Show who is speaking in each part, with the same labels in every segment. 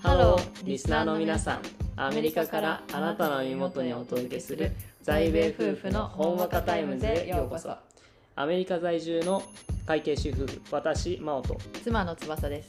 Speaker 1: ハローリスナーの皆さんアメリカからあなたの身元にお届けする在米夫婦のほんわかタイムズへようこそアメリカ在住の会計主婦私真央と
Speaker 2: 妻の翼です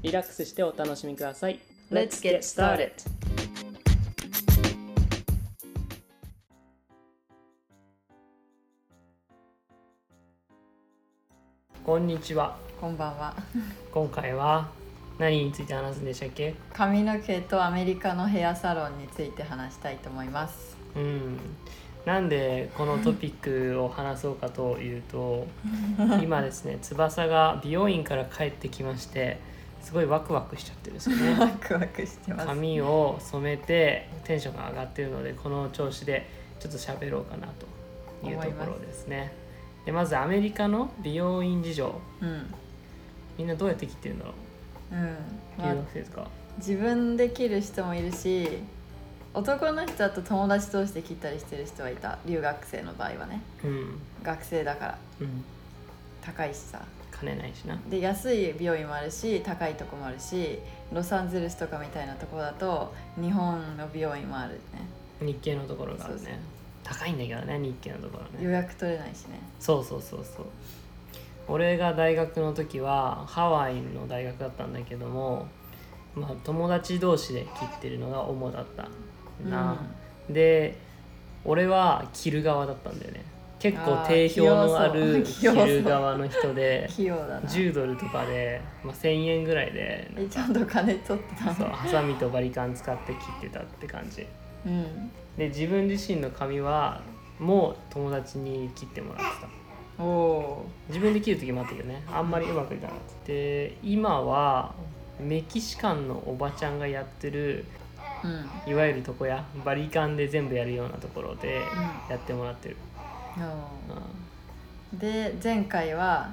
Speaker 1: リラックスしてお楽しみください
Speaker 2: Let's get started.
Speaker 1: こんにちは
Speaker 2: こんばんは
Speaker 1: 今回は何について話すんでしたっけ
Speaker 2: 髪の毛とアメリカのヘアサロンについて話したいと思います
Speaker 1: うんなんでこのトピックを話そうかという と今ですね翼が美容院から帰ってきましてすごいワクワクしちゃってるんですよね
Speaker 2: ワクワクしてます
Speaker 1: 髪を染めてテンションが上がってるのでこの調子でちょっと喋ろうかなというところですねでまずアメリカの美容院事情
Speaker 2: うんうん
Speaker 1: みんなどうやって切ってるんだろう
Speaker 2: ま
Speaker 1: 留
Speaker 2: あ
Speaker 1: 学生ですか、
Speaker 2: 自分で切る人もいるし男の人だと友達通して切ったりしてる人はいた留学生の場合はね
Speaker 1: うん
Speaker 2: 学生だから
Speaker 1: うん
Speaker 2: 高いしさ
Speaker 1: 金ないしな
Speaker 2: で安い美容院もあるし高いとこもあるしロサンゼルスとかみたいなとこだと日本の美容院もあるね
Speaker 1: 日系のところがあるね
Speaker 2: そうそう
Speaker 1: 高いんだけどね日系のところ
Speaker 2: 予
Speaker 1: ね
Speaker 2: 約取れないしね
Speaker 1: そうそうそうそう俺が大学の時はハワイの大学だったんだけどもまあ友達同士で切ってるのが主だったな、で俺は着る側だったんだよね結構
Speaker 2: あー
Speaker 1: 定評のある
Speaker 2: 器
Speaker 1: 着
Speaker 2: 用そう
Speaker 1: る側の人
Speaker 2: うん
Speaker 1: で
Speaker 2: 器用だな
Speaker 1: 10ドルとかで、まあ、1,000円ぐらいで
Speaker 2: えちゃんと金取ってた
Speaker 1: そう
Speaker 2: の
Speaker 1: ハサミとバリカン使って切ってたって感じ
Speaker 2: うん
Speaker 1: で自分自身の髪はもう友達に切ってもらってた
Speaker 2: おお
Speaker 1: 自分で切る時もあったけどねあんまりうまくいかなかったで今はメキシカンのおばちゃんがやってる
Speaker 2: ーうんうん
Speaker 1: いわゆる床屋バリカンで全部やるようなところでやってもらってる、
Speaker 2: お
Speaker 1: うん
Speaker 2: ーで前回は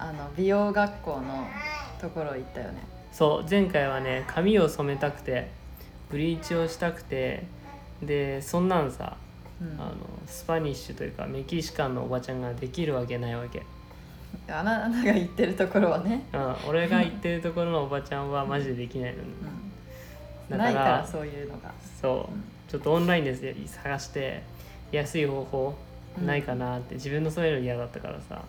Speaker 2: あの美容学校のところ行ったよね
Speaker 1: そう前回はね髪を染めたくてブリーチをしたくてでそんなんさ
Speaker 2: うん
Speaker 1: あのスパニッシュというかメキシカンのおばちゃんができるわけないわけ、
Speaker 2: あなあなたが行ってるところはね、
Speaker 1: うん、俺が行ってるところのおばちゃんはマジでできないのに
Speaker 2: うん、
Speaker 1: だ
Speaker 2: な
Speaker 1: から
Speaker 2: いからそういうのが
Speaker 1: そうちょっとオンラインで探して安い方法ないかなって、自分のそういうの嫌だったからさ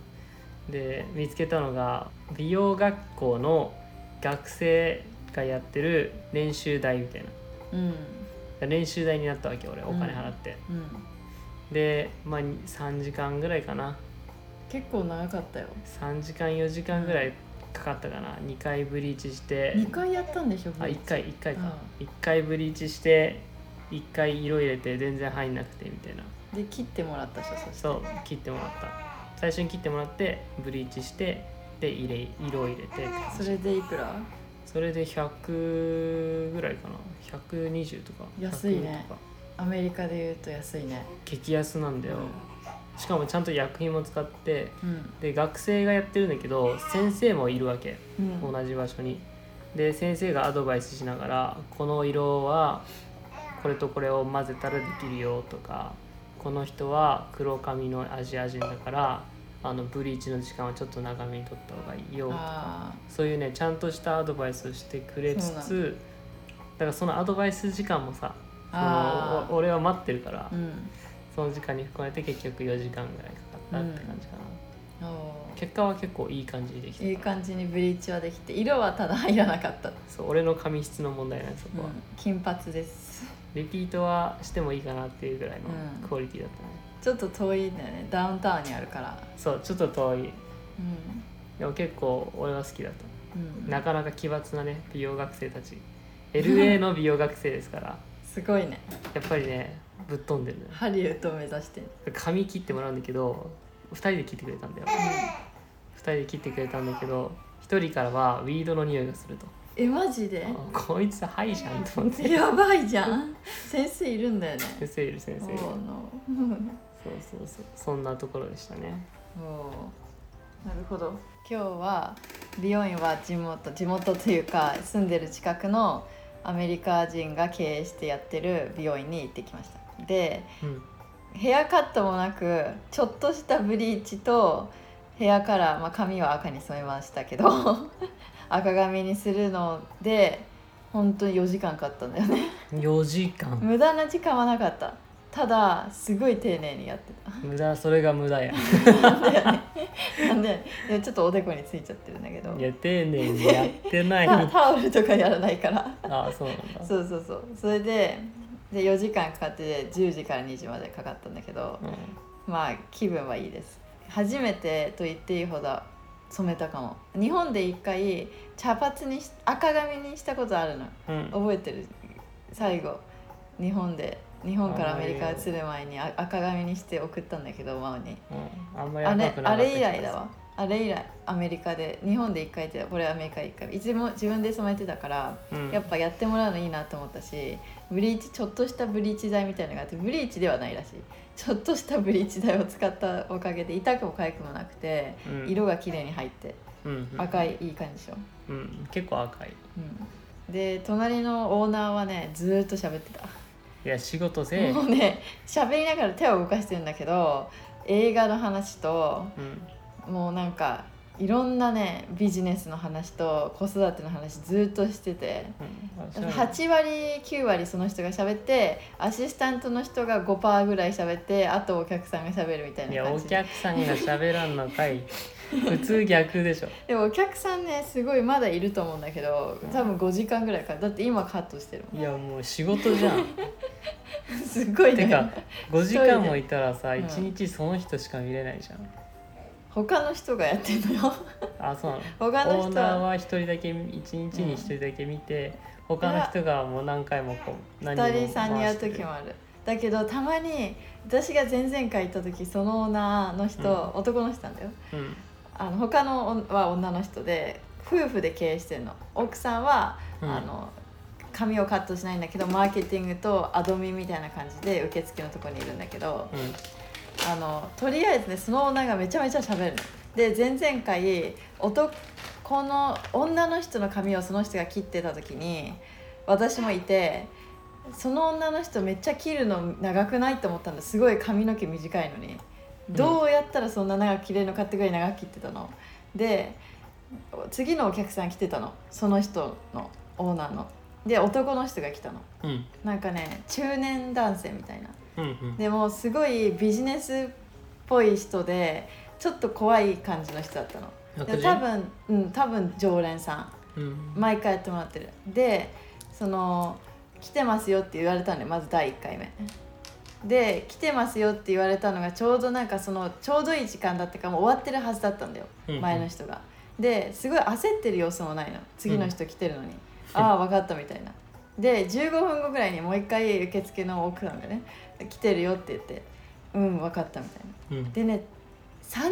Speaker 1: で見つけたのが美容学校の学生がやってる練習台みたいな
Speaker 2: うん
Speaker 1: 練習台になったわけ俺お金払って、
Speaker 2: うん
Speaker 1: で、まあ、に3時間ぐらいかな
Speaker 2: 結構長かったよ
Speaker 1: 3時間4時間ぐらいかかったかな2回ブリーチして
Speaker 2: 2回やったんでしょ
Speaker 1: あ
Speaker 2: ブリーチ
Speaker 1: 1回1回か、
Speaker 2: う
Speaker 1: 1回ブリーチして1回色入れて全然入んなくてみたいな
Speaker 2: で切ってもらったでしょそして
Speaker 1: そう切ってもらった最初に切ってもらってブリーチしてで入れ色を入れてって感じ
Speaker 2: それでいくら
Speaker 1: それで100ぐらいかな120とか
Speaker 2: 安いね
Speaker 1: 100とか
Speaker 2: アメリカで言うと安いね
Speaker 1: 激安なんだよ、しかもちゃんと薬品も使って
Speaker 2: うん、
Speaker 1: で学生がやってるんだけど先生もいるわけ
Speaker 2: うん
Speaker 1: 同じ場所にで先生がアドバイスしながらこの色はこれとこれを混ぜたらできるよとかこの人は黒髪のアジア人だからあのブリーチの時間はちょっと長めにとった方がいいよとか
Speaker 2: あ
Speaker 1: そういうねちゃんとしたアドバイスをしてくれつ
Speaker 2: そう
Speaker 1: つだからそのアドバイス時間もさそ
Speaker 2: あ
Speaker 1: のお俺は待ってるから、
Speaker 2: ーうん
Speaker 1: その時間に含めて結局4時間ぐらいかかったって感じかな、
Speaker 2: おー
Speaker 1: 結果は結構いい感じにできた
Speaker 2: いい感じにブリーチはできて色はただ入らなかった、うん、
Speaker 1: そう俺の髪質の問題なんですそこは、
Speaker 2: 金髪です
Speaker 1: リピートはしてもいいかなっていうぐらいの
Speaker 2: うん
Speaker 1: クオリティだったね、
Speaker 2: ちょっと遠いんだよねダウンタウンにあるから
Speaker 1: そうちょっと遠い
Speaker 2: うん
Speaker 1: でも結構俺は好きだった
Speaker 2: うん、
Speaker 1: なかなか奇抜なね美容学生たち LA の美容学生ですから
Speaker 2: すごいね
Speaker 1: やっぱりねぶっ飛んでるね
Speaker 2: ハリウッドを目指してる
Speaker 1: 髪切ってもらうんだけど2人で切ってくれたんだよ2人で切ってくれたんだけど1人からはウィードの匂いがすると
Speaker 2: ええマジで
Speaker 1: あこいつハイじゃんと思って
Speaker 2: やば いじゃん先生いるんだよね
Speaker 1: 先生いる先
Speaker 2: お
Speaker 1: 生い
Speaker 2: ー
Speaker 1: る
Speaker 2: no
Speaker 1: そうそうそうそんなところでしたね
Speaker 2: おなるほど今日は美容院は地元地元というか住んでる近くのアメリカ人が経営してやってる美容院に行ってきましたで
Speaker 1: うん
Speaker 2: ヘアカットもなくちょっとしたブリーチとヘアカラー、まあ、髪は赤に染めましたけど 赤髪にするので本当に4時間かかったんだよね
Speaker 1: 4時間
Speaker 2: 無駄な時間はなかったただすごい丁寧にやってた
Speaker 1: 無駄それが無駄や
Speaker 2: なんだよね。 なんで、でちょっとおでこについちゃってるんだけど。
Speaker 1: いや丁寧にやってない
Speaker 2: タタオルとかやらないから。
Speaker 1: ああそうなんだ
Speaker 2: そうそうそう。それで、で4時間かかって10時から2時までかかったんだけど、
Speaker 1: う
Speaker 2: まあ気分はいいです。初めてと言っていいほど染めたかも。日本で一回茶髪にし赤髪にしたことあるの。
Speaker 1: ん、うん、
Speaker 2: 覚えてる？最後日本で。日本からアメリカ移る前にあ赤髪にして送ったんだけどマオに
Speaker 1: うんあんまり
Speaker 2: あ
Speaker 1: やば
Speaker 2: れ
Speaker 1: くなか
Speaker 2: あ
Speaker 1: った気が
Speaker 2: れ以来
Speaker 1: する
Speaker 2: だわあれ以来アメリカで日本で1回ってこれアメリカで1回いつも自分で染めてたから
Speaker 1: うん、
Speaker 2: やっぱやってもらうのいいなと思ったしブリーチちょっとしたブリーチ剤みたいのがあってブリーチではないらしいちょっとしたブリーチ剤を使ったおかげで痛くも痒くもなくて
Speaker 1: うん、
Speaker 2: 色が綺麗に入って
Speaker 1: うんうん、
Speaker 2: 赤いいい感じでしょ、
Speaker 1: うん、結構赤い
Speaker 2: うん、で隣のオーナーはねずーっと喋ってた
Speaker 1: いや仕事せえ
Speaker 2: もうね喋りながら手を動かしてるんだけど映画の話と
Speaker 1: うん
Speaker 2: もうなんかいろんなねビジネスの話と子育ての話ずっとしてて
Speaker 1: うんあそうなんだ
Speaker 2: 8割9割その人が喋ってアシスタントの人が5%ぐらい喋ってあとお客さんが喋るみたい
Speaker 1: い
Speaker 2: な
Speaker 1: や
Speaker 2: 感
Speaker 1: お
Speaker 2: じで
Speaker 1: 客さんが喋らんのか い普通逆でしょ
Speaker 2: でもお客さんねすごいまだいると思うんだけど多分5時間ぐらいかだって今カットしてるも
Speaker 1: いやもう仕事じゃ ん
Speaker 2: んすごい
Speaker 1: て
Speaker 2: ね
Speaker 1: か5時間もいたらさ
Speaker 2: うん
Speaker 1: 1日その人しか見れないじゃん、
Speaker 2: 他の人がやってんのよ
Speaker 1: あそうなの
Speaker 2: 他の
Speaker 1: オー
Speaker 2: 人
Speaker 1: ナー
Speaker 2: は
Speaker 1: は1人だけ1日に1人だけ見て、他の人がもう何回もこう何
Speaker 2: 2人さんにや
Speaker 1: 回
Speaker 2: る
Speaker 1: して
Speaker 2: 時もあるだけどたまに私が前々回行った時そのオーナーの人、
Speaker 1: う
Speaker 2: 男の人なんだよ
Speaker 1: うん
Speaker 2: あの他のは女の人で夫婦で経営してるの奥さんは、
Speaker 1: うん
Speaker 2: あの髪をカットしないんだけどマーケティングとアドミンみたいな感じで受付のところにいるんだけど
Speaker 1: うん
Speaker 2: あのとりあえずねその女がめちゃめちゃ喋るの。で前々回男この女の人の髪をその人が切ってた時に私もいてその女の人めっちゃ切るの長くないと思ったんだすごい髪の毛短いのに
Speaker 1: うん
Speaker 2: どうやったらそんな長く切れるのかってぐらい長く切ってたので次のお客さん来てたのその人のオーナーので男の人が来たの
Speaker 1: うん
Speaker 2: なんかね中年男性みたいな
Speaker 1: うんうん
Speaker 2: でもすごいビジネスっぽい人でちょっと怖い感じの人だったの
Speaker 1: 白
Speaker 2: で
Speaker 1: 人
Speaker 2: 多分うん多分常連さ
Speaker 1: うん
Speaker 2: ん毎回やってもらってるでその来てますよって言われたのよまず第1回目で来てますよって言われたのがちょうどなんかそのちょうどいい時間だったからもう終わってるはずだったんだよ
Speaker 1: うんうん
Speaker 2: 前の人がですごい焦ってる様子もないの次の人来てるのに、ああ分かったみたいなで15分後ぐらいにもう一回受付の奥さんがね来てるよって言ってうん分かったみたいな
Speaker 1: うん
Speaker 2: でね30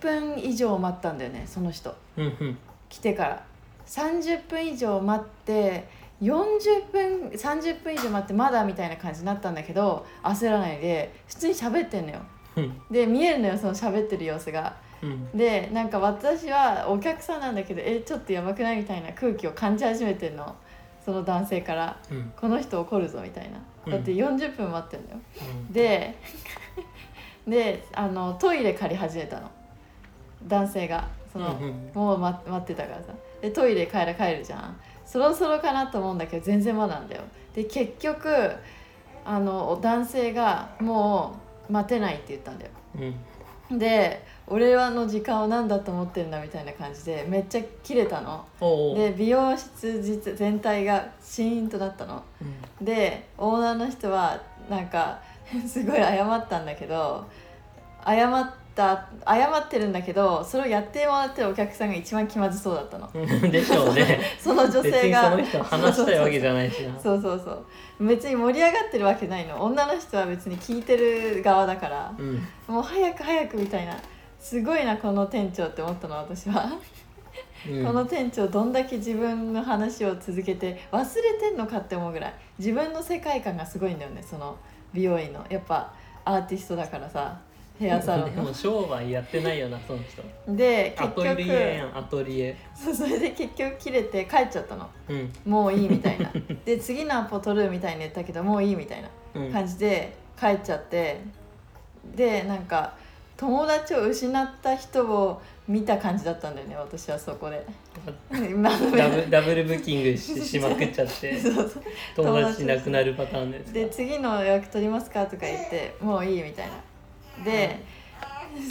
Speaker 2: 分以上待ったんだよねその人
Speaker 1: うんうん
Speaker 2: 来てから30分以上待って40分30分以上待ってまだみたいな感じになったんだけど焦らないで普通に喋ってんのよ
Speaker 1: うん
Speaker 2: で見えるのよその喋ってる様子が
Speaker 1: うん
Speaker 2: でなんか私はお客さんなんだけどえちょっとやばくないみたいな空気を感じ始めてんのその男性から
Speaker 1: うん
Speaker 2: この人怒るぞみたい
Speaker 1: うん
Speaker 2: なだって40分待ってんだよ、 でであのトイレ借り始めたの男性がその、
Speaker 1: うんうん
Speaker 2: もう待待ってたからさでトイレ帰ら帰るじゃんそろそろかなと思うんだけど全然まだなんだよで結局あの男性がもう待てないって言ったんだよ
Speaker 1: うん
Speaker 2: で俺はの時間を何だと思ってるんだみたいな感じでめっちゃキレたの
Speaker 1: おうおう
Speaker 2: で美容室実全体がシーンとなったの
Speaker 1: うん
Speaker 2: でオーナーの人はなんか すごい謝ったんだけど謝った謝ってるんだけどそれをやってもらってるお客さんが一番気まずそうだったの
Speaker 1: うんでしょうね
Speaker 2: その女
Speaker 1: 別
Speaker 2: 性
Speaker 1: にそ
Speaker 2: が
Speaker 1: の人と話したいわけじゃないしな
Speaker 2: そうそうそう別に盛り上がってるわけないの女の人は別に聞いてる側だから
Speaker 1: うん
Speaker 2: もう早く早くみたいなすごいなこの店長って思ったの私は
Speaker 1: うん
Speaker 2: この店長どんだけ自分の話を続けて忘れてんのかって思うぐらい自分の世界観がすごいんだよねその美容院のやっぱアーティストだからさヘアサロン
Speaker 1: でも商売やってないよなその人
Speaker 2: ので
Speaker 1: ア
Speaker 2: 結
Speaker 1: トリエや
Speaker 2: 局
Speaker 1: んアトリエ
Speaker 2: そうそれで結局切れて帰っちゃったの
Speaker 1: うん
Speaker 2: もういいみたい なで次のアポ取るみたいに言ったけどもういいみたいな
Speaker 1: うん
Speaker 2: 感じで帰っちゃってでなんか友達を失った人を見た感じだったんだよね私はそこ で今の
Speaker 1: ダブダブルブッキングししまくっちゃって
Speaker 2: そうそう
Speaker 1: 友達いなくなるパターンですか
Speaker 2: で次の予約取りますかとか言ってもういいみたいなで、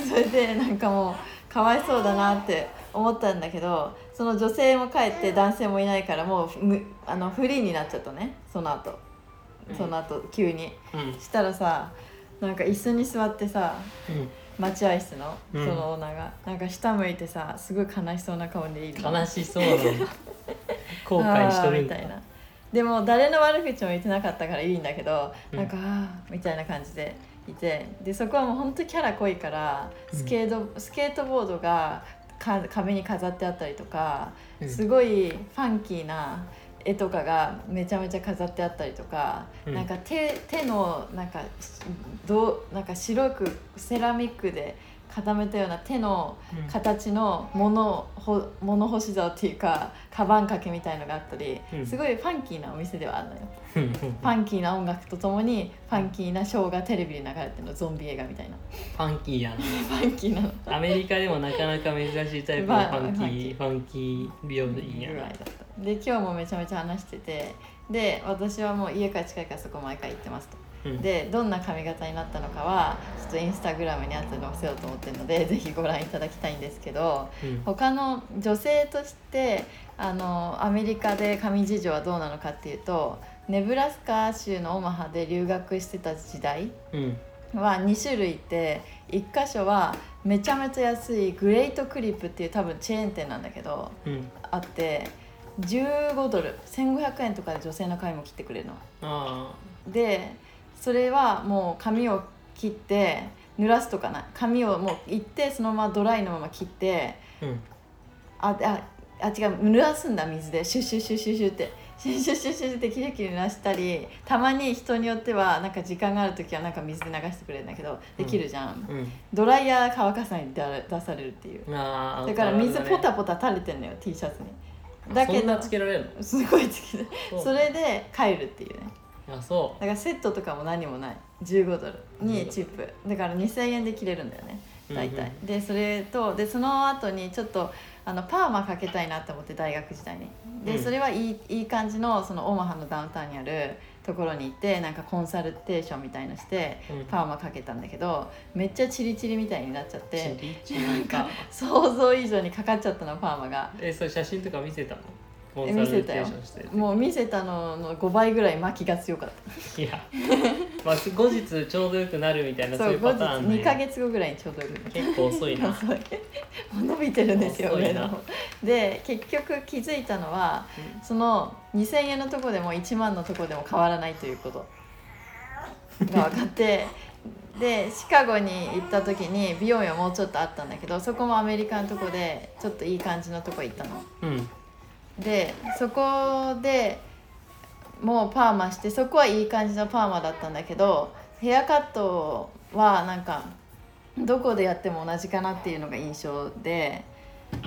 Speaker 2: それでなんかもうかわいそうだなって思ったんだけどその女性も帰って男性もいないからもうむあのフリーになっちゃったねその後その後急に
Speaker 1: うん
Speaker 2: したらさなんか椅子に座ってさ待合室のそ
Speaker 1: うん
Speaker 2: のオーナーが、なんか下向いてさすごい悲しそうな顔でいい
Speaker 1: うん、悲しそうな後悔しとるんだ
Speaker 2: あーみたいなでも誰の悪口も言ってなかったからいいんだけど、
Speaker 1: うん
Speaker 2: なんかあーみたいな感じでいてでそこはもうほんとキャラ濃いからスケート、スケートボードがか壁に飾ってあったりとか、
Speaker 1: うん
Speaker 2: すごいファンキーな絵とかがめちゃめちゃ飾ってあったりとか、
Speaker 1: うん
Speaker 2: なんか手手のなんかどうなんか白くセラミックで固めたような手の
Speaker 1: うん
Speaker 2: 形の物をほ物干し竿っていうかカバン掛けみたいのがあったり、
Speaker 1: うん
Speaker 2: すごいファンキーなお店ではあるのよ
Speaker 1: うんうん
Speaker 2: ファンキーな音楽とともにファンキーなショーがテレビで流れてるのゾンビ映画み たいな
Speaker 1: ファンキーやな
Speaker 2: ファンキーなの
Speaker 1: アメリカでもなかなか珍しいタイプのフ
Speaker 2: まあ
Speaker 1: ァンキ
Speaker 2: ファンキ
Speaker 1: ー
Speaker 2: ー
Speaker 1: ファンキー美容院や
Speaker 2: ぐらい
Speaker 1: な
Speaker 2: だったで今日もめちゃめちゃ話しててで私はもう家から近いからそこ毎回行ってますと
Speaker 1: うん
Speaker 2: でどんな髪型になったのかはちょっとインスタグラムに後で載せようと思ってるのでぜひご覧いただきたいんですけど
Speaker 1: うん
Speaker 2: 他の女性としてあのアメリカで髪事情はどうなのかっていうとネブラスカ州のオマハで留学してた時代
Speaker 1: うん
Speaker 2: は2種類いて1箇所はめちゃめちゃ安いグレートクリップっていう多分チェーン店なんだけど
Speaker 1: うん
Speaker 2: あって15ドル1500円とかで女性の髪も切ってくれるの。
Speaker 1: あ
Speaker 2: でそれはもう髪を切って濡らすとかない髪をもういってそのままドライのまま切って
Speaker 1: あうん
Speaker 2: あああ違う濡らすんだ水でシュッシュッシュッシュッシュッってシュッシュッシュッシュッってキレキレ濡らしたりたまに人によってはなんか時間がある時はなんか水で流してくれるんだけどできるじゃん、
Speaker 1: うん
Speaker 2: ドライヤー乾かさないでだ出されるっていう
Speaker 1: あー
Speaker 2: だから水ポタ
Speaker 1: なる
Speaker 2: ポタ垂れてんのよ T シャツ
Speaker 1: ほ
Speaker 2: に
Speaker 1: どね
Speaker 2: だけ
Speaker 1: そんな
Speaker 2: ど
Speaker 1: つけられる
Speaker 2: すごいつけて
Speaker 1: の
Speaker 2: それで帰るっていうね
Speaker 1: あそ
Speaker 2: だからセットとかも何もない15ドルにチップだから2000円で切れるんだよね
Speaker 1: う
Speaker 2: 大体、
Speaker 1: うん
Speaker 2: でそれとでその後にちょっとあのパーマかけたいなって思って大学時代にで、
Speaker 1: うん
Speaker 2: それはいいいい感じのそのオマハのダウンタウンにあるところに行ってなんかコンサルテーションみたいのして
Speaker 1: うん
Speaker 2: パーマかけたんだけどめっちゃチリチリみたいになっちゃって
Speaker 1: チリチリか
Speaker 2: 想像以上にかかっちゃったのパーマが
Speaker 1: えそれ写真とか見せたのコン
Speaker 2: え
Speaker 1: サ
Speaker 2: 見せ
Speaker 1: ル
Speaker 2: た
Speaker 1: テー
Speaker 2: よ
Speaker 1: ションしてる
Speaker 2: もう見せたのの5倍ぐらい巻きが強かった
Speaker 1: いや、まあ、後日ちょうどよくなるみたいなそう
Speaker 2: そ
Speaker 1: いうう
Speaker 2: 後
Speaker 1: パ
Speaker 2: 日
Speaker 1: ターンね
Speaker 2: 2か月後ぐらいにちょうどよくなった
Speaker 1: 結構遅いな
Speaker 2: そうもう伸びてるんですよ
Speaker 1: 遅
Speaker 2: 上
Speaker 1: いな
Speaker 2: の方で結局気づいたのはその2,000円のとこでも1万のとこでも変わらないということが分かってでシカゴに行った時に美容院はもうちょっとあったんだけどそこもアメリカのとこでちょっといい感じのとこ行ったの。
Speaker 1: うん
Speaker 2: でそこでもうパーマしてそこはいい感じのパーマだったんだけどヘアカットはなんかどこでやっても同じかなっていうのが印象で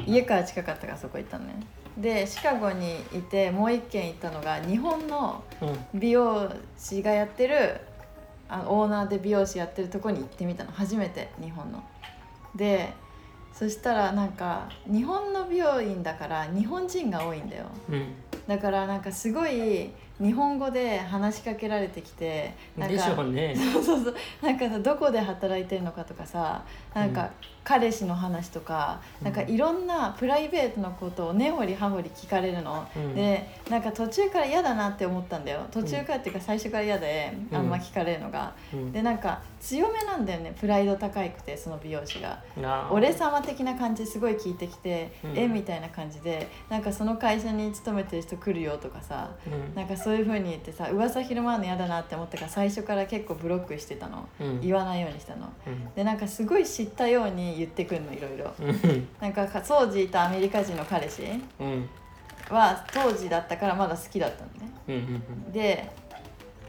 Speaker 2: 家から近かったからそこ行ったのねでシカゴにいてもう一軒行ったのが日本の
Speaker 1: うん
Speaker 2: 美容師がやってるあのオーナーで美容師やってるとこに行ってみたの初めて日本の。でそしたらなんか日本の美容院だから日本人が多いんだよ
Speaker 1: うん
Speaker 2: だからなんかすごい日本語で話しかけられてきてなんか
Speaker 1: でしょうね
Speaker 2: そうそうそうなんかさどこで働いてるのかとかさなん
Speaker 1: うん
Speaker 2: か彼氏の話とか、なんかいろんなプライベートのことを根掘り葉掘り聞かれるの、
Speaker 1: うん
Speaker 2: でなんか途中から嫌だなって思ったんだよ途中からっていうか最初から嫌で、
Speaker 1: うん
Speaker 2: あんま聞かれるのが、
Speaker 1: うん
Speaker 2: でなんか強めなんだよねプライド高くてその美容師が。
Speaker 1: あー
Speaker 2: 俺様的な感じすごい聞いてきて、
Speaker 1: うん
Speaker 2: えみたいな感じでなんかその会社に勤めてる人来るよとかさ
Speaker 1: うん
Speaker 2: なんかすそういうふうに言ってさ噂広まるの嫌だなって思ったから最初から結構ブロックしてたの
Speaker 1: うん
Speaker 2: 言わないようにしたの
Speaker 1: うん
Speaker 2: でなんかすごい知ったように言ってくんのいろいろ
Speaker 1: うん
Speaker 2: なんかか当時いたアメリカ人の彼氏
Speaker 1: うん
Speaker 2: は当時だったからまだ好きだったのね
Speaker 1: うん
Speaker 2: で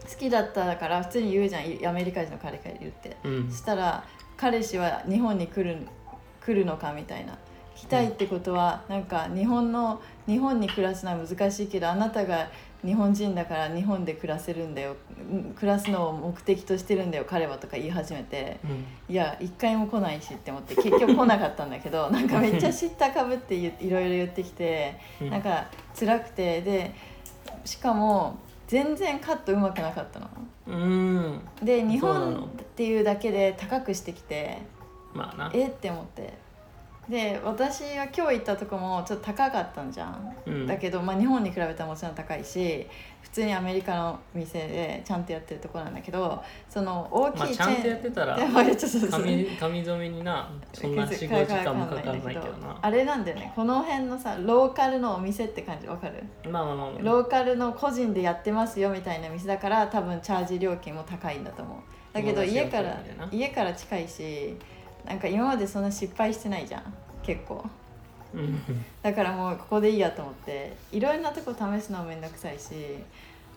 Speaker 2: 好きだったから普通に言うじゃんいアメリカ人の彼がいるって
Speaker 1: うんうん
Speaker 2: したら彼氏は日本に来る来るのかみたいな来たいってことはなんか日本の日本に暮らすのは難しいけどあなたが日本人だから日本で暮らせるんだようん暮らすのを目的としてるんだよ彼はとか言い始めて
Speaker 1: うん
Speaker 2: いや一回も来ないしって思って結局来なかったんだけどなんかめっちゃ知ったかぶって言いろいろ言ってきて
Speaker 1: うん
Speaker 2: なんか辛くてでしかも全然カットうまくなかったの。
Speaker 1: うん
Speaker 2: で日
Speaker 1: そうな
Speaker 2: 本
Speaker 1: の
Speaker 2: っていうだけで高くしてきて
Speaker 1: まあな
Speaker 2: えって思ってで私は今日行ったとこもちょっと高かったんじゃん、
Speaker 1: うん
Speaker 2: だけど、まあ、日本に比べたらもちろん高いし普通にアメリカの店でちゃんとやってるとこなんだけどその大
Speaker 1: まあ
Speaker 2: きい
Speaker 1: ち
Speaker 2: チェ
Speaker 1: ゃ
Speaker 2: ーン
Speaker 1: んとやってたら
Speaker 2: でまあちょっとそう
Speaker 1: 紙紙染めになそんな45時間もかからないけどな
Speaker 2: あれなんだよねこの辺のさローカルのお店って感じわかる、
Speaker 1: まあまあまあまあ
Speaker 2: ローカルの個人でやってますよみたいな店だから多分チャージ料金も高いんだと思うだけど
Speaker 1: 友達
Speaker 2: 家
Speaker 1: が来
Speaker 2: か
Speaker 1: る
Speaker 2: ら
Speaker 1: みたいな
Speaker 2: 家から近いしなんか今までそんな失敗してないじゃん結構
Speaker 1: うん
Speaker 2: だからもうここでいいやと思っていろんなとこ試すのもめんどくさいし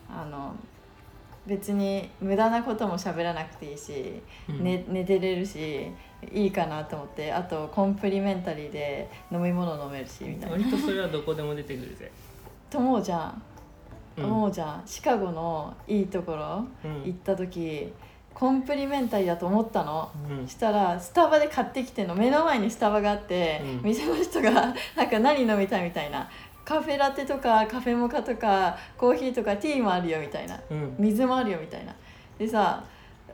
Speaker 2: あの別に無駄なことも喋らなくていいし、
Speaker 1: うん
Speaker 2: 寝寝てれるしいいかなと思ってあとコンプリメンタリーで飲み物飲めるしみたいな。
Speaker 1: 割とそれはどこでも出てく るぜ
Speaker 2: と思うじゃん、
Speaker 1: うん
Speaker 2: 思うじゃんシカゴのいいところ
Speaker 1: うん
Speaker 2: 行った時コンプリメンタリーだと思ったの。
Speaker 1: うん
Speaker 2: したらスタバで買ってきてんの目の前にスタバがあって、
Speaker 1: うん
Speaker 2: 店の人が なんか何飲みたいみたいなカフェラテとかカフェモカとかコーヒーとかティーもあるよみたいな
Speaker 1: うん
Speaker 2: 水もあるよみたいなでさ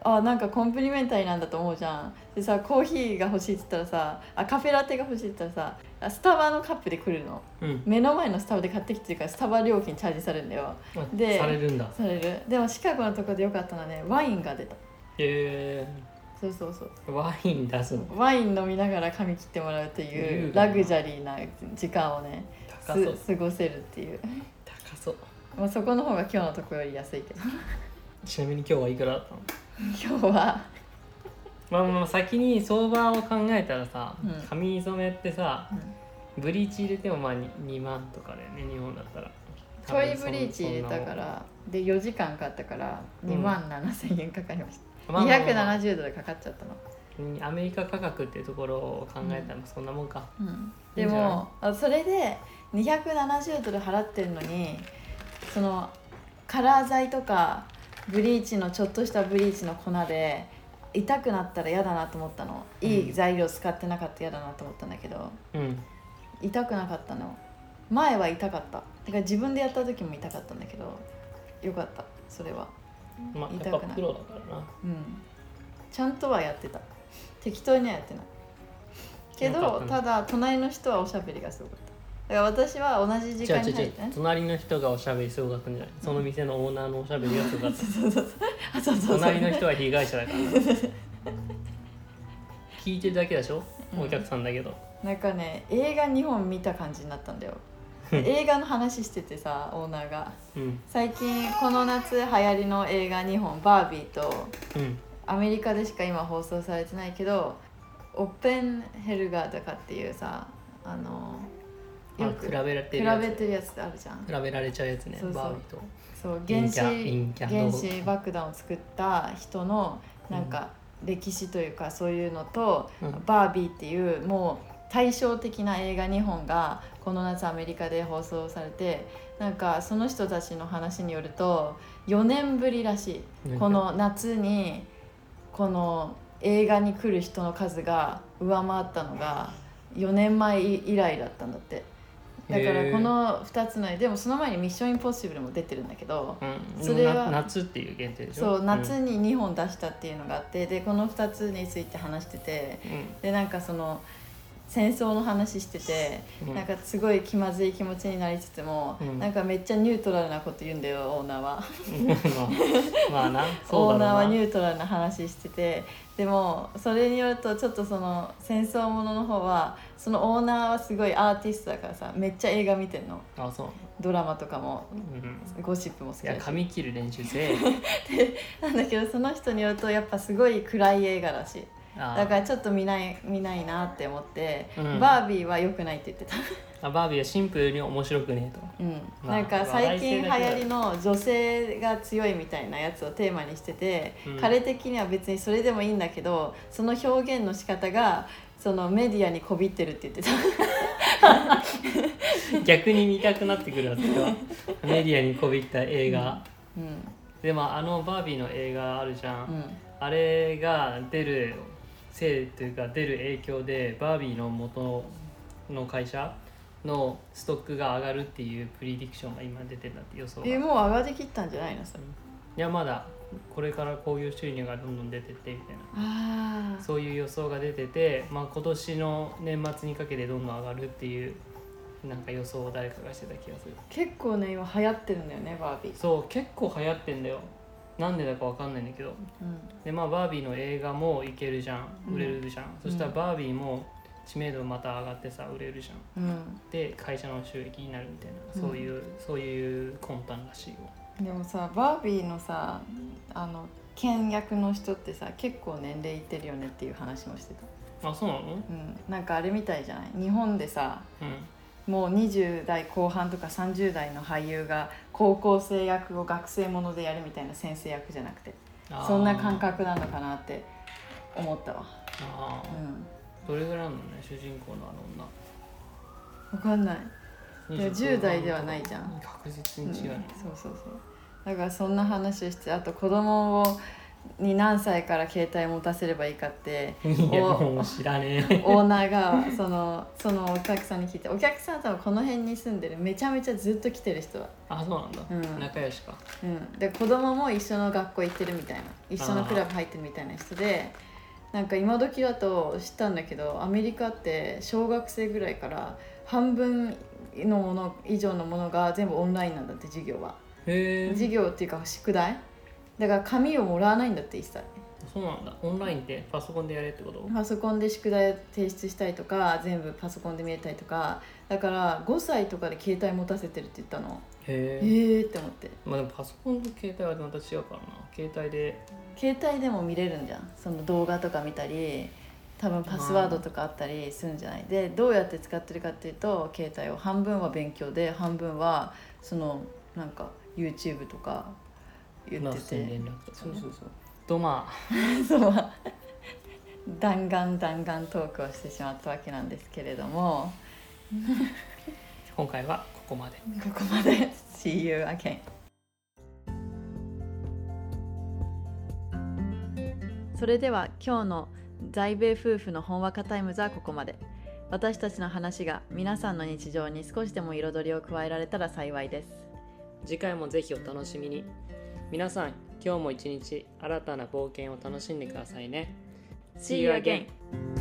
Speaker 2: あなんかコンプリメンタリーなんだと思うじゃんでさコーヒーが欲しいっつったらさあカフェラテが欲しいっつったらさあスタバのカップで来るの
Speaker 1: うん
Speaker 2: 目の前のスタバで買ってきてるからスタバ料金チャージされるんだよ
Speaker 1: あ
Speaker 2: で
Speaker 1: されるんだ
Speaker 2: されるでもシカゴのとこでよかったのはねワインが出た
Speaker 1: へ
Speaker 2: そうそうそう
Speaker 1: えワイン出すの
Speaker 2: ワイン飲みながら髪切ってもらうとい
Speaker 1: 優
Speaker 2: う
Speaker 1: 雅な
Speaker 2: ラグジュアリーな時間をねす
Speaker 1: 高そ
Speaker 2: 過
Speaker 1: う
Speaker 2: ごせるっていう、
Speaker 1: 高そう
Speaker 2: まあ、そこの方が今日のとこより安い けど
Speaker 1: ちなみに今日はいくらだったの
Speaker 2: 今日は
Speaker 1: まあまあまあ先に相場を考えたらさ、
Speaker 2: うん
Speaker 1: 髪染めってさ
Speaker 2: うん
Speaker 1: ブリーチ入れてもまあ 2, 万とかだよね日本だったら
Speaker 2: ちょいブリーチ入れた
Speaker 1: 多分そ
Speaker 2: か
Speaker 1: んなもん
Speaker 2: らで4時間買ったから
Speaker 1: うん
Speaker 2: 2万7000円かかりまし
Speaker 1: ま
Speaker 2: た、
Speaker 1: あまあまあまあ
Speaker 2: 270ドルかかっちゃったの、
Speaker 1: うんアメリカ価格っていうところを考えたらそんなもんか、
Speaker 2: うん
Speaker 1: いい
Speaker 2: で
Speaker 1: んじゃない
Speaker 2: もあそれで270ドル払ってるのにそのカラー剤とかブリーチのちょっとしたブリーチの粉で痛くなったら嫌だなと思ったのいい材料使ってなかったら嫌だなと思ったんだけど
Speaker 1: うん、
Speaker 2: 痛くなかったの前は痛かっただから自分でやった時も痛かったんだけどよかったそれは
Speaker 1: まあ
Speaker 2: 痛くない
Speaker 1: やっぱプロだから
Speaker 2: う
Speaker 1: な
Speaker 2: んちゃんとはやってた適当にはやってないけ
Speaker 1: よかっ
Speaker 2: ど
Speaker 1: たね
Speaker 2: ただ隣の人はおしゃべりがすごかっただから私は同じ時
Speaker 1: 違う
Speaker 2: 間に
Speaker 1: 違う
Speaker 2: 入
Speaker 1: 違う
Speaker 2: ってね
Speaker 1: 隣の人がおしゃべりすごかったんじゃないその店のオーナーのおしゃべりがすごかっ た
Speaker 2: そうそうそうあそうそうそう
Speaker 1: 隣の人は被害 者だからな聞いてるだけでしょ
Speaker 2: うん
Speaker 1: お客さんだけど、
Speaker 2: なんかね映画2本見た感じになったんだよ 映画の話しててさオーナーが
Speaker 1: うん
Speaker 2: 最近この夏流行りの映画2本バービーと
Speaker 1: うん
Speaker 2: アメリカでしか今放送されてないけどオッペンヘルガーとかっていうさあの
Speaker 1: まあ
Speaker 2: よく
Speaker 1: 比べられ
Speaker 2: 比
Speaker 1: てるやつ
Speaker 2: べてるやつってあるじゃん
Speaker 1: 比べられちゃうやつね
Speaker 2: そうそう
Speaker 1: バービーと
Speaker 2: そう原子
Speaker 1: 陰キャ陰キャ
Speaker 2: 原
Speaker 1: の
Speaker 2: 子爆弾を作った人のなんか歴史というかそういうのと、
Speaker 1: うん
Speaker 2: バービーっていうもう対照的な映画2本がこの夏アメリカで放送されてなんかその人たちの話によると4年ぶりらしいこの夏にこの映画に来る人の数が上回ったのが4年前以来だったんだってだからこの2つの絵でもその前に「ミッションインポッシブル」も出てるんだけど
Speaker 1: うん、
Speaker 2: それは
Speaker 1: な夏っていう限定でし
Speaker 2: そ
Speaker 1: ょ
Speaker 2: う夏に2本出したっていうのがあってでこの2つについて話してて
Speaker 1: うん
Speaker 2: でなんかその戦争の話してて、
Speaker 1: うん
Speaker 2: なんかすごい気まずい気持ちになりつつも、
Speaker 1: うん
Speaker 2: なんかめっちゃニュートラルなこと言うんだよオーナーは。
Speaker 1: まあまあな
Speaker 2: オ
Speaker 1: そ
Speaker 2: ー
Speaker 1: うだろう
Speaker 2: ナー
Speaker 1: な
Speaker 2: はニュートラルな話しててでもそれによるとちょっとその戦争ものの方はそのオーナーはすごいアーティストだからさめっちゃ映画見てんの
Speaker 1: あそう、
Speaker 2: ドラマとかも
Speaker 1: うん、
Speaker 2: ゴシップも好き
Speaker 1: いや
Speaker 2: だし
Speaker 1: 髪切る練習せ え
Speaker 2: なんだけどその人によるとやっぱすごい暗い映画だしい
Speaker 1: あ
Speaker 2: だからちょっと見ない見ないなって思って、
Speaker 1: うん
Speaker 2: バービーは良くないって言ってた、
Speaker 1: あバービーはシンプルに面白くねえと
Speaker 2: うん
Speaker 1: まあ
Speaker 2: なんか最近流
Speaker 1: 話題性だけだ
Speaker 2: 行りの女性が強いみたいなやつをテーマにしてて、
Speaker 1: うん
Speaker 2: 彼的には別にそれでもいいんだけどその表現の仕方がそのメディアにこびってるって言ってた
Speaker 1: 逆に見たくなってくるわそ れはメディアにこびった映画、
Speaker 2: うん
Speaker 1: でもあのバービーの映画あるじゃん、
Speaker 2: うん
Speaker 1: あれが出るせいというか出る影響でバービーの元の会社のストックが上がるっていうプリディクションが今出てんだって予想が
Speaker 2: えもう上がりきったんじゃないのそれ
Speaker 1: いやまだこれから興行収入がどんどん出てってみたいな
Speaker 2: あ
Speaker 1: そういう予想が出てて、まあ、今年の年末にかけてどんどん上がるっていうなんか予想を誰かがしてた気がする
Speaker 2: 結構ね今流行ってるんだよねバービー、
Speaker 1: そう結構流行ってんだよなんでだかわかんないんだけど
Speaker 2: うん、
Speaker 1: でまあバービーの映画もいけるじゃん売れるじゃん、そしたらバービーも知名度また上がってさ売れるじゃん
Speaker 2: うん、
Speaker 1: で会社の収益になるみたいな
Speaker 2: うん
Speaker 1: そういう、そういう魂胆らしいよ
Speaker 2: でもさバービーのさあの倹約の人ってさ結構年齢いってるよねっていう話もしてた、
Speaker 1: あそうなの
Speaker 2: うん、なんかあれみたいじゃない日本でさ
Speaker 1: う
Speaker 2: もう20代後半とか30代の俳優が高校生役を学生ものでやるみたいな先生役じゃなくて
Speaker 1: んあー
Speaker 2: そんな感覚なのかなって思ったわ、
Speaker 1: あー
Speaker 2: うん、
Speaker 1: どれぐらいなのね主人公の
Speaker 2: 分かんない、
Speaker 1: あの
Speaker 2: いや
Speaker 1: 女
Speaker 2: 10代ではないじゃん
Speaker 1: 確実
Speaker 2: うん、
Speaker 1: に
Speaker 2: そう
Speaker 1: 違うね、
Speaker 2: そうそうだからそんな話をしてあと子供をに何歳から携帯持たせればいいかって
Speaker 1: いや
Speaker 2: お
Speaker 1: もう知らねえ
Speaker 2: オーナーがそのそのお客さんに聞いてお客さん多分この辺に住んでるめちゃめちゃずっと来てる人は
Speaker 1: あそうなんだ、
Speaker 2: うん
Speaker 1: 仲良しか
Speaker 2: うん、で子供も一緒の学校行ってるみたいな一緒のクラブ入ってるみたいな人でなんか今時だと知ったんだけどアメリカって小学生ぐらいから半分のもの以上のものが全部オンラインなんだって授業は
Speaker 1: へえ
Speaker 2: 授業っていうか宿題だから紙をもらわないんだって一切
Speaker 1: そうなんだオンラインってパソコンでやれってこと
Speaker 2: パソコンで宿題を提出したりとか全部パソコンで見えたりとかだから5歳とかで携帯持たせてるって言ったの
Speaker 1: へ
Speaker 2: え
Speaker 1: え
Speaker 2: ーって思って
Speaker 1: まあでもパソコンと携帯はまた違うからな携帯で
Speaker 2: 携帯でも見れるんじゃんその動画とか見たり多分パスワードとかあったりするんじゃないでどうやって使ってるかっていうと携帯を半分は勉強で半分はそのなんか YouTube とか言
Speaker 1: ま
Speaker 2: っ
Speaker 1: あ
Speaker 2: て
Speaker 1: 普通に
Speaker 2: て
Speaker 1: 連絡とか
Speaker 2: そう
Speaker 1: ね
Speaker 2: そうそう
Speaker 1: とまあ
Speaker 2: そう弾丸弾丸トークをしてしまったわけなんですけれども
Speaker 1: 今回はここまで
Speaker 2: ここまで See you again それでは今日の在米夫婦の本わかタイムズはここまで私たちの話が皆さんの日常に少しでも彩りを加えられたら幸いです
Speaker 1: 次回もぜひお楽しみに皆さん今日も一日新たな冒険を楽しんでくださいね
Speaker 2: See you again!